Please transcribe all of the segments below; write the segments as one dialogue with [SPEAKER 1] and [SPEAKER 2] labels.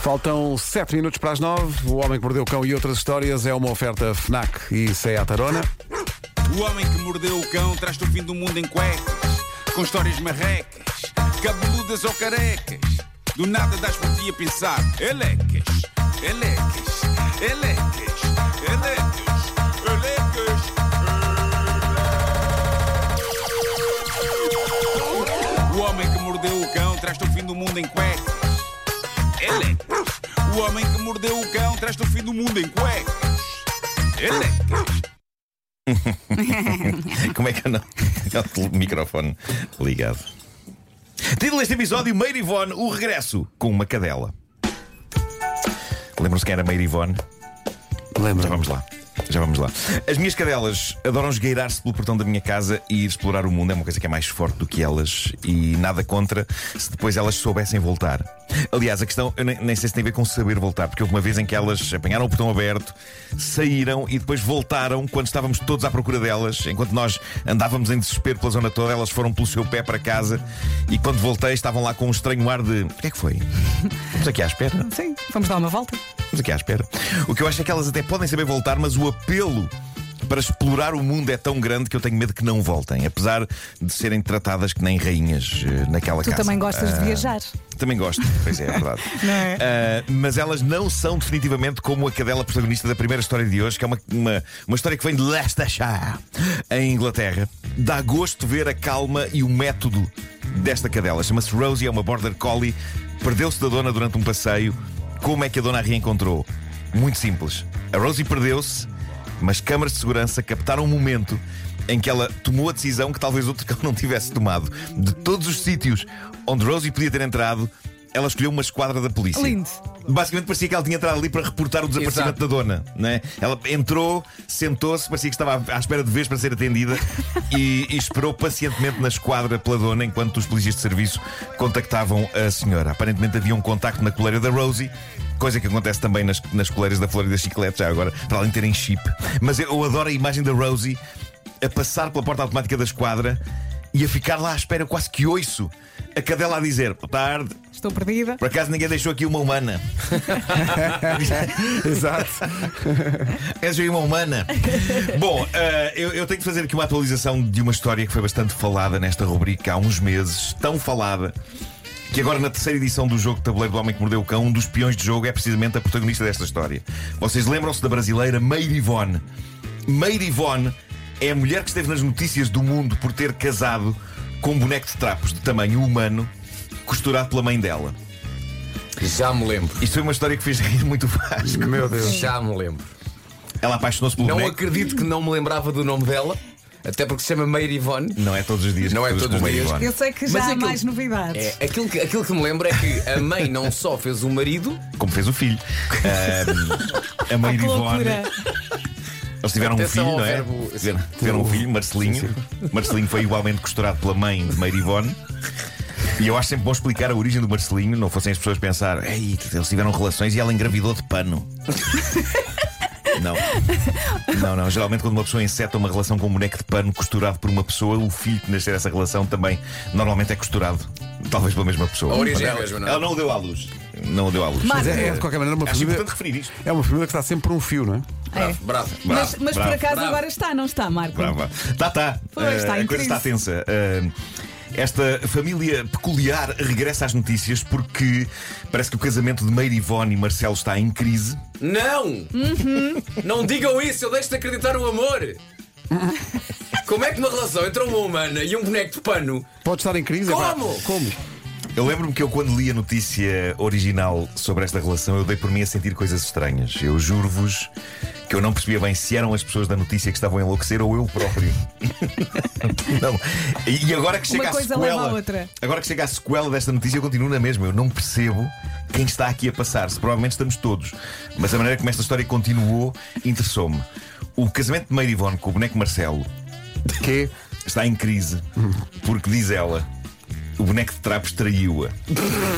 [SPEAKER 1] Faltam 7 minutos para as 9. O Homem que Mordeu o Cão e outras histórias é uma oferta FNAC e Seat Arona.
[SPEAKER 2] O homem que mordeu o cão traz-te o fim do mundo em cuecas, com histórias marrecas, cabeludas ou carecas. Do nada das por ti a pensar. Elecas, elecas, elecas, elecas, elecas. O homem que mordeu o cão traz-te o fim do mundo em cuecas. Elecas. O homem que mordeu o cão traz-te o fim do mundo em cuecas. Elecas.
[SPEAKER 3] Como é que eu não? Está o microfone ligado. Título deste episódio: Meir Ivone, o regresso com uma cadela. Lembram-se quem era Meir Ivone? Já
[SPEAKER 1] Lembra?
[SPEAKER 3] vamos lá. Já vamos lá. As minhas cadelas adoram esgueirar-se pelo portão da minha casa e ir explorar o mundo. É uma coisa que é mais forte do que elas e nada contra se depois elas soubessem voltar. Aliás, a questão, eu nem, nem sei se tem a ver com saber voltar, porque houve uma vez em que elas apanharam o portão aberto, saíram e depois voltaram quando estávamos todos à procura delas. Enquanto nós andávamos em desespero pela zona toda, elas foram pelo seu pé para casa e quando voltei estavam lá com um estranho ar de: O que é que foi? Estamos aqui à espera.
[SPEAKER 4] Sim, vamos dar uma volta.
[SPEAKER 3] Estamos aqui à espera. O que eu acho é que elas até podem saber voltar, mas o apelo para explorar o mundo é tão grande que eu tenho medo que não voltem, apesar de serem tratadas que nem rainhas eh, naquela
[SPEAKER 4] Tu
[SPEAKER 3] casa.
[SPEAKER 4] também gostas de
[SPEAKER 3] Ah,
[SPEAKER 4] viajar.
[SPEAKER 3] Também gosto, pois é, é verdade.
[SPEAKER 4] Não é?
[SPEAKER 3] Ah, mas elas não são definitivamente como a cadela protagonista da primeira história de hoje, que é uma, uma, uma história que vem de Leicestershire, em Inglaterra. Dá gosto ver a calma e o método desta cadela. Chama-se Rosie, é uma border collie. Perdeu-se da dona durante um passeio. Como é que a dona a reencontrou? Muito simples. A Rosie perdeu-se, mas câmaras de segurança captaram um momento em que ela tomou a decisão que talvez outro cão não tivesse tomado. De todos os sítios onde Rosie podia ter entrado, ela escolheu uma esquadra da polícia.
[SPEAKER 4] Lindo.
[SPEAKER 3] Basicamente parecia que ela tinha entrado ali para reportar o desaparecimento da dona. Né? Ela entrou, sentou-se, parecia que estava à à espera de vez para ser atendida e, e esperou pacientemente na esquadra pela dona enquanto os polícias de serviço contactavam a senhora. Aparentemente havia um contacto na coleira da Rosie. Coisa que acontece também nas, nas coleiras da Florida Chiclete, já agora, para além de terem chip. Mas eu adoro a imagem da Rosie a passar pela porta automática da esquadra e a ficar lá à espera, eu quase que ouço a cadela a dizer: Boa tarde,
[SPEAKER 4] Estou perdida.
[SPEAKER 3] por acaso ninguém deixou aqui uma humana.
[SPEAKER 1] Exato.
[SPEAKER 3] És uma humana. Bom, eh, eu, eu tenho de fazer aqui uma atualização de uma história que foi bastante falada nesta rubrica há uns meses, tão falada. Que agora, na terceira edição do jogo de tabuleiro do Homem que Mordeu o Cão, um dos peões de jogo é precisamente a protagonista desta história. Vocês lembram-se da brasileira Meir Ivone? Meir Ivone é a mulher que esteve nas notícias do mundo por ter casado com um boneco de trapos de tamanho humano costurado pela mãe dela.
[SPEAKER 5] Já me lembro.
[SPEAKER 3] Isto foi uma história que fez rir muito Vasco.
[SPEAKER 1] Meu Deus.
[SPEAKER 5] Já me lembro.
[SPEAKER 3] Ela apaixonou-se pelo
[SPEAKER 5] Não
[SPEAKER 3] boneco.
[SPEAKER 5] acredito que não me lembrava do nome dela, até porque se chama Meir Ivone.
[SPEAKER 3] Não é todos os dias.
[SPEAKER 5] Não
[SPEAKER 3] que
[SPEAKER 5] é
[SPEAKER 3] cruzas
[SPEAKER 5] todos
[SPEAKER 3] com
[SPEAKER 5] os
[SPEAKER 3] o meio
[SPEAKER 5] dias.
[SPEAKER 3] Ivone.
[SPEAKER 4] Eu sei que
[SPEAKER 5] Mas
[SPEAKER 4] já há
[SPEAKER 5] aquilo-
[SPEAKER 4] mais novidades.
[SPEAKER 5] É, aquilo, que, aquilo que me lembro é que a mãe não só fez o marido,
[SPEAKER 3] Como fez o filho. Ahm, a mãe de
[SPEAKER 4] Que
[SPEAKER 3] Ivone.
[SPEAKER 4] loucura.
[SPEAKER 3] Eles tiveram um
[SPEAKER 5] Atenção
[SPEAKER 3] filho,
[SPEAKER 5] ao
[SPEAKER 3] não é?
[SPEAKER 5] verbo, sim.
[SPEAKER 3] Tiveram- Tiveram um filho, Marcelinho. Marcelinho foi igualmente costurado pela mãe de Meira Ivone. E eu acho sempre bom explicar a origem do Marcelinho, não fossem as pessoas pensar, ei, eles tiveram relações e ela engravidou de pano. Não. Não, não. Geralmente, quando uma pessoa inseta uma relação com um boneco de pano costurado por uma pessoa, o filho que nascer dessa relação também normalmente é costurado. Talvez pela mesma pessoa.
[SPEAKER 5] A origem é a
[SPEAKER 3] Ela-
[SPEAKER 5] mesma, não é?
[SPEAKER 3] Ela não o deu à luz. Não o deu à luz.
[SPEAKER 1] Mas
[SPEAKER 4] Mas
[SPEAKER 1] é, é, de qualquer maneira, uma
[SPEAKER 3] Acho
[SPEAKER 1] família.
[SPEAKER 3] importante referir isto.
[SPEAKER 1] É uma família que está sempre por um fio, não é?
[SPEAKER 5] bravo, bravo.
[SPEAKER 4] Mas, mas por
[SPEAKER 3] bravo,
[SPEAKER 4] acaso
[SPEAKER 5] bravo.
[SPEAKER 4] agora está, não está, Marco?
[SPEAKER 3] Brava. Tá, tá.
[SPEAKER 4] Pois,
[SPEAKER 3] Eh,
[SPEAKER 4] está
[SPEAKER 3] a
[SPEAKER 4] em
[SPEAKER 3] coisa
[SPEAKER 4] crise.
[SPEAKER 3] está tensa. Eh, esta família peculiar regressa às notícias porque parece que o casamento de Meira Ivone e Marcelo está em crise.
[SPEAKER 5] Não! Não digam isso, eu deixo de acreditar no amor! Como é que uma relação entre uma humana e um boneco de pano
[SPEAKER 1] Pode estar em crise. é
[SPEAKER 5] Como?
[SPEAKER 1] verdade. Como?
[SPEAKER 3] Eu lembro-me que eu, quando li a notícia original sobre esta relação, eu dei por mim a sentir coisas estranhas. Eu juro-vos que eu não percebia bem se eram as pessoas da notícia que estavam a enlouquecer ou eu próprio. não. E e agora que chega
[SPEAKER 4] Uma
[SPEAKER 3] a
[SPEAKER 4] coisa leva
[SPEAKER 3] sequela.
[SPEAKER 4] à outra.
[SPEAKER 3] Agora que chega a sequela desta notícia, eu continuo na mesma. Eu não percebo quem está aqui a passar-se. Provavelmente estamos todos. Mas a maneira como esta história continuou interessou-me. O casamento de Meira Ivone com o boneco Marcelo que está em crise porque diz ela. O boneco de trapos traiu-a.
[SPEAKER 4] O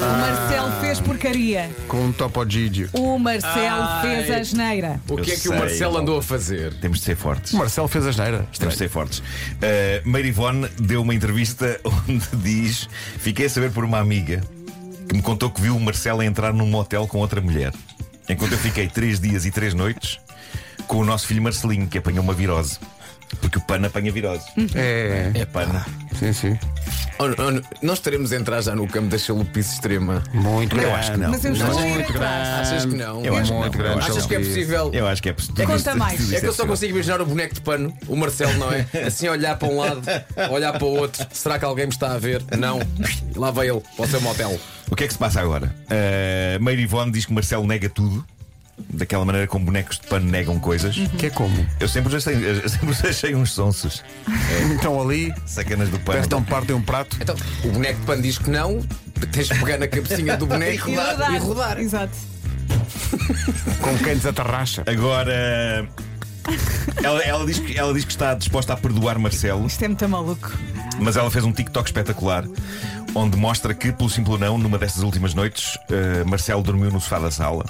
[SPEAKER 3] Ah.
[SPEAKER 4] Marcelo fez porcaria.
[SPEAKER 1] Com um topo Gigi.
[SPEAKER 4] O Marcelo
[SPEAKER 5] Ai.
[SPEAKER 4] fez a geneira.
[SPEAKER 5] O que
[SPEAKER 3] Eu
[SPEAKER 5] é que o
[SPEAKER 3] sei.
[SPEAKER 5] Marcelo andou a fazer?
[SPEAKER 3] Temos de ser fortes.
[SPEAKER 1] O Marcelo fez a geneira.
[SPEAKER 3] Temos de ser fortes. Uh, Meira Ivone deu uma entrevista onde diz: Fiquei a saber por uma amiga que me contou que viu o Marcelo a entrar num motel com outra mulher. Enquanto eu fiquei três dias e três noites com o nosso filho Marcelinho, que apanhou uma virose. Porque o pano apanha virose.
[SPEAKER 5] Hum.
[SPEAKER 1] É.
[SPEAKER 3] É pano.
[SPEAKER 1] Sim, sim.
[SPEAKER 5] Oh, oh, no- nós estaremos a entrar já no campo da chalupice extrema.
[SPEAKER 1] Muito
[SPEAKER 3] Eu acho que não.
[SPEAKER 4] Mas eu estou a ir atrás.
[SPEAKER 5] Achas que não?
[SPEAKER 3] Eu acho que
[SPEAKER 1] Muito
[SPEAKER 3] não.
[SPEAKER 1] grande.
[SPEAKER 5] Achas que é possível?
[SPEAKER 3] Eu acho que é possível.
[SPEAKER 4] Conta
[SPEAKER 3] Tudo isto-
[SPEAKER 4] mais.
[SPEAKER 3] tudo isto
[SPEAKER 5] É que eu só
[SPEAKER 3] possível.
[SPEAKER 5] consigo imaginar o boneco de pano, o Marcelo, não é? Assim a olhar para um lado, a olhar para o outro. Será que alguém me está a ver? Não. E Lá vai ele, para o seu motel.
[SPEAKER 3] O que é que se passa agora? Uh, Meire Ivone diz que Marcelo nega tudo. Daquela maneira como bonecos de pano negam coisas.
[SPEAKER 5] Uhum.
[SPEAKER 1] Que é como?
[SPEAKER 3] Eu sempre os achei, eu sempre os achei uns sonsos.
[SPEAKER 1] Então ali,
[SPEAKER 3] Sacanas do pano.
[SPEAKER 1] prestam parte de um prato.
[SPEAKER 5] Então, o boneco de pano diz que não, tens de pegar na cabecinha do boneco
[SPEAKER 4] E rodar.
[SPEAKER 5] e rodar.
[SPEAKER 4] Exato.
[SPEAKER 1] Com quem desatarracha.
[SPEAKER 3] Agora. Ela, ela diz que, ela diz que está disposta a perdoar Marcelo,
[SPEAKER 4] Isto é muito maluco.
[SPEAKER 3] mas ela fez um TikTok espetacular onde mostra que, pelo simples não, numa destas últimas noites, eh, Marcelo dormiu no sofá da sala.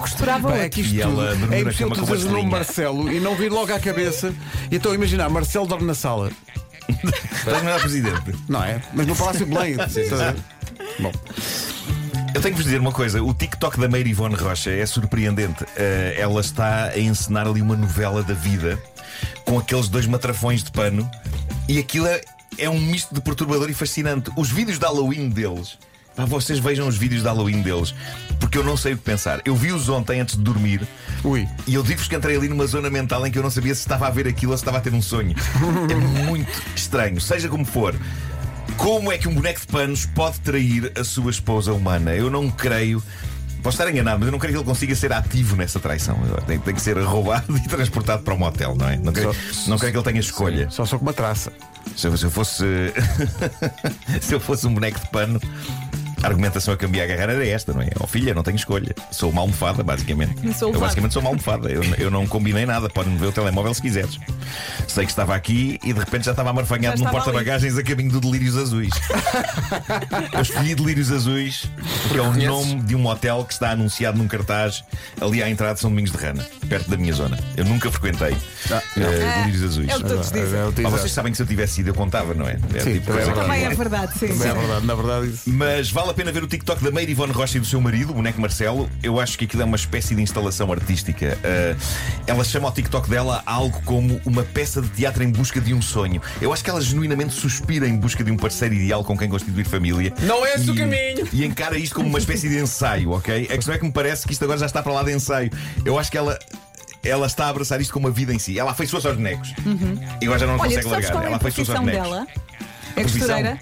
[SPEAKER 4] costurava
[SPEAKER 1] Pá, É
[SPEAKER 4] outro.
[SPEAKER 1] que isto
[SPEAKER 3] E ela
[SPEAKER 1] tudo-
[SPEAKER 3] dormiu
[SPEAKER 1] é
[SPEAKER 3] na
[SPEAKER 1] impossível
[SPEAKER 3] cama
[SPEAKER 1] tu
[SPEAKER 3] com
[SPEAKER 1] dizeres o nome
[SPEAKER 3] Marcelinha.
[SPEAKER 1] Marcelo e não vir logo à cabeça. E então imaginar, Marcelo dorme na sala,
[SPEAKER 3] Estás melhor, presidente?
[SPEAKER 1] não é? Mas no Palácio de Belém. estás a ver? Bom,
[SPEAKER 3] Eu tenho que vos dizer uma coisa: o TikTok da Meira Ivone Rocha é surpreendente. Eh, ela está a encenar ali uma novela da vida com aqueles dois matrafões de pano e aquilo é, é um misto de perturbador e fascinante. Os vídeos de Halloween deles. Pá, vocês vejam os vídeos de Halloween deles, porque eu não sei o que pensar. Eu vi-os ontem antes de dormir
[SPEAKER 1] ui.
[SPEAKER 3] e eu digo-vos que entrei ali numa zona mental em que eu não sabia se estava a ver aquilo ou se estava a ter um sonho. É muito estranho, seja como for. Como é que um boneco de panos pode trair a sua esposa humana? Eu não creio. Posso estar enganado, mas eu não creio que ele consiga ser ativo nessa traição. Tem, tem que ser roubado e transportado para o motel, não é? Não creio, não creio que ele tenha escolha.
[SPEAKER 1] Só sou com uma traça.
[SPEAKER 3] Se eu, se eu fosse. se eu fosse um boneco de pano, a argumentação a que eu me ia agarrar era esta, não é? Oh filha, não tenho escolha. Sou uma almofada, basicamente.
[SPEAKER 4] Eu sou um
[SPEAKER 3] eu
[SPEAKER 4] levada.
[SPEAKER 3] basicamente sou uma almofada. Eu, eu não combinei nada. Podes-me ver o telemóvel se quiseres. Sei que estava aqui e de repente já estava amarfanhado
[SPEAKER 4] Já
[SPEAKER 3] num
[SPEAKER 4] estava
[SPEAKER 3] porta-bagagens a caminho do Delírios Azuis. eu escolhi Delírios Azuis, que é o
[SPEAKER 5] Reconheces?
[SPEAKER 3] nome de um hotel que está anunciado num cartaz ali à entrada de São Domingos de Rana, perto da minha zona. Eu nunca frequentei eh, Delírios Azuis.
[SPEAKER 4] É o que todos dizem.
[SPEAKER 1] É, é,
[SPEAKER 3] Ah,
[SPEAKER 1] utilizar.
[SPEAKER 3] vocês sabem que se eu tivesse ido eu contava, não é? É
[SPEAKER 1] Sim,
[SPEAKER 3] tipo coisa
[SPEAKER 1] também é
[SPEAKER 3] que-
[SPEAKER 4] Também é verdade, sim.
[SPEAKER 1] Também é
[SPEAKER 4] sim.
[SPEAKER 1] verdade, na verdade isso.
[SPEAKER 3] Mas vale a pena ver o TikTok da Meira Ivone Rocha e do seu marido, o boneco Marcelo. Eu acho que aquilo é uma espécie de instalação artística. Ah, ela chama o TikTok dela algo como uma peça de teatro em busca de um sonho. Eu acho que ela genuinamente suspira em busca de um parceiro ideal com quem constituir família.
[SPEAKER 5] Não é esse o
[SPEAKER 3] E-
[SPEAKER 5] caminho.
[SPEAKER 3] E encara isto como uma espécie de ensaio, ok? A questão é que me parece que isto agora já está para lá de ensaio. Eu acho que ela. Ela está a abraçar isto como a vida em si. Ela fez suas aos bonecos. E agora já não
[SPEAKER 4] Uhum. Olha,
[SPEAKER 3] consegue
[SPEAKER 4] tu sabes
[SPEAKER 3] largar.
[SPEAKER 4] qual é
[SPEAKER 3] Ela
[SPEAKER 4] a
[SPEAKER 3] fez suas aos
[SPEAKER 4] profissão
[SPEAKER 3] bonecos.
[SPEAKER 4] dela? É costureira?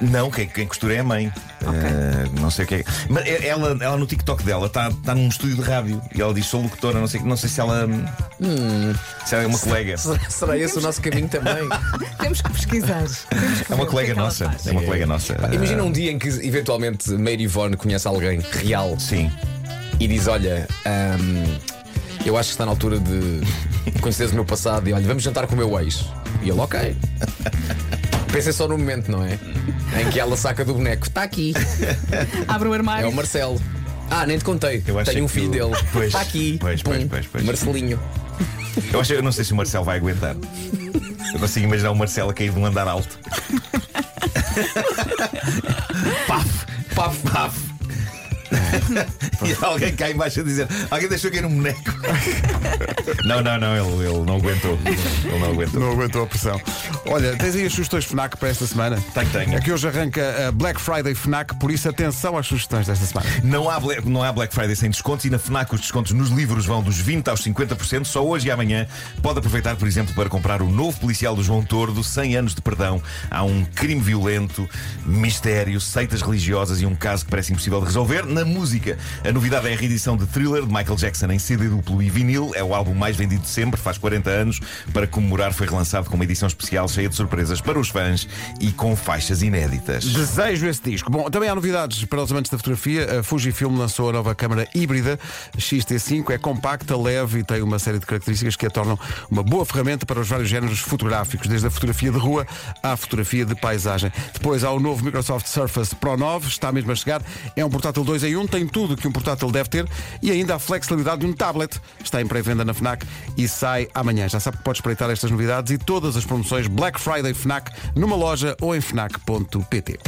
[SPEAKER 3] Não, quem, quem costura é a mãe. Eh, não sei o que é. Mas e- ela, ela no TikTok dela está tá num estúdio de rádio e ela diz sou locutora, não sei, não sei se ela. hum, Se ela é uma colega.
[SPEAKER 5] Será esse o nosso caminho também?
[SPEAKER 4] Temos que pesquisar. Temos
[SPEAKER 3] É
[SPEAKER 4] que ver o que
[SPEAKER 3] uma colega
[SPEAKER 4] que ela
[SPEAKER 3] nossa.
[SPEAKER 4] faz.
[SPEAKER 3] É uma colega nossa.
[SPEAKER 5] Imagina um dia em que eventualmente Meire Ivone conhece alguém real
[SPEAKER 3] Sim.
[SPEAKER 5] e diz: Olha, hum, eu acho que está na altura de conheceres o meu passado e olha, vamos jantar com o meu ex. E ele, ok. Pensem só no momento, não é? Em que ela saca do boneco: Está aqui,
[SPEAKER 4] Abre o
[SPEAKER 5] é
[SPEAKER 4] armário.
[SPEAKER 5] o Marcelo. Ah, nem te contei.
[SPEAKER 3] Eu achei
[SPEAKER 5] Tenho um
[SPEAKER 3] que
[SPEAKER 5] filho
[SPEAKER 3] o-
[SPEAKER 5] dele.
[SPEAKER 3] Pois,
[SPEAKER 5] Está aqui.
[SPEAKER 3] pois, pois,
[SPEAKER 5] Pum.
[SPEAKER 3] pois, pois.
[SPEAKER 5] Marcelinho.
[SPEAKER 3] Eu, acho, eu não sei se o Marcelo vai aguentar. Eu consigo imaginar o Marcelo a cair de um andar alto. paf, paf, paf. e alguém cá embaixo a dizer: Alguém deixou cair um boneco. não, não, não, ele, ele não aguentou. Ele não aguentou.
[SPEAKER 1] Não aguentou a pressão. Olha, tens aí as sugestões FNAC para esta semana?
[SPEAKER 3] Tenho, tenho.
[SPEAKER 1] É que hoje arranca a Black Friday FNAC, por isso atenção às sugestões desta semana.
[SPEAKER 3] Não há, Black, não há Black Friday sem descontos e na FNAC os descontos nos livros vão dos 20% aos 50%. Só hoje e amanhã pode aproveitar, por exemplo, para comprar o novo policial do João Tordo, 100 anos de perdão. Há um crime violento, mistério, seitas religiosas e um caso que parece impossível de resolver. Na música, a novidade é a reedição de Thriller de Michael Jackson em CD duplo e vinil. É o álbum mais vendido de sempre, faz 40 anos. Para comemorar, foi relançado com uma edição especial cheia de surpresas para os fãs e com faixas inéditas.
[SPEAKER 1] Desejo esse disco. Bom, também há novidades para os amantes da fotografia. A Fujifilm lançou a nova câmara híbrida X-T5. É compacta, leve e tem uma série de características que a tornam uma boa ferramenta para os vários géneros fotográficos, desde a fotografia de rua à fotografia de paisagem. Depois há o novo Microsoft Surface Pro 9, está mesmo a chegar. É um portátil 2 em 1, tem tudo o que um portátil deve ter e ainda a flexibilidade de um tablet. Está em pré-venda na FNAC e sai amanhã. Já sabe que pode espreitar estas novidades e todas as promoções Black Friday FNAC numa loja ou em FNAC.pt.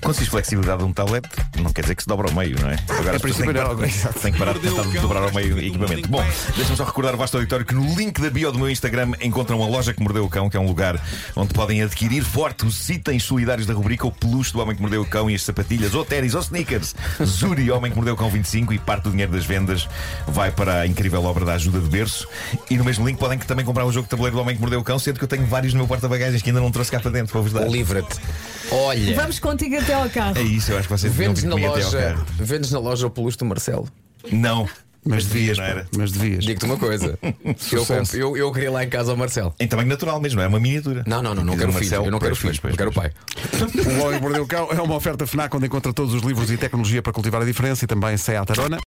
[SPEAKER 3] Quando se diz flexibilidade de um tablet, não quer dizer que se dobra ao meio, não é? Agora
[SPEAKER 1] É
[SPEAKER 3] as pessoas têm
[SPEAKER 1] princípio
[SPEAKER 3] que
[SPEAKER 1] não,
[SPEAKER 3] parar-
[SPEAKER 1] exato.
[SPEAKER 3] têm que parar de tentar dobrar ao meio o equipamento. Bom, deixa-me só recordar o vasto auditório que no link da bio do meu Instagram encontram a loja que mordeu o cão, que é um lugar onde podem adquirir forte os itens solidários da rubrica, o peluche do homem que mordeu o cão e as sapatilhas, ou ténis, ou sneakers. Zuri, homem que mordeu o cão 25 e parte do dinheiro das vendas vai para a incrível obra da ajuda de berço. E no mesmo link podem também comprar o jogo de tabuleiro do homem que mordeu o cão, sendo que eu tenho vários no meu porta-bagagens que ainda não trouxe cá para dentro para vos dar.
[SPEAKER 5] Ou livra-te. Olha,
[SPEAKER 4] Vamos contigo até ao carro.
[SPEAKER 3] É isso, eu acho que vocês deviam
[SPEAKER 5] vendes
[SPEAKER 3] vir
[SPEAKER 5] na
[SPEAKER 3] comigo até ao
[SPEAKER 5] loja,
[SPEAKER 3] carro.
[SPEAKER 5] vendes na loja o peluche do Marcelo.
[SPEAKER 3] Não.
[SPEAKER 1] Mas devias,
[SPEAKER 3] não
[SPEAKER 1] pá,
[SPEAKER 3] era.
[SPEAKER 1] mas devias.
[SPEAKER 5] Digo-te uma coisa. eu, comp- eu, eu queria lá em casa ao Marcelo.
[SPEAKER 3] Em tamanho natural mesmo, não é uma miniatura.
[SPEAKER 5] Não, não, não, não
[SPEAKER 3] Quer
[SPEAKER 5] quero
[SPEAKER 3] dizer, o
[SPEAKER 5] filho.
[SPEAKER 3] Marcelo-
[SPEAKER 5] Eu não quero
[SPEAKER 3] pois,
[SPEAKER 5] filho,
[SPEAKER 3] pois,
[SPEAKER 5] eu quero
[SPEAKER 3] pois,
[SPEAKER 5] pai.
[SPEAKER 1] O Homem que Mordeu o Cão é uma oferta FNAC onde encontra todos os livros e tecnologia para cultivar a diferença e também Seat Arona.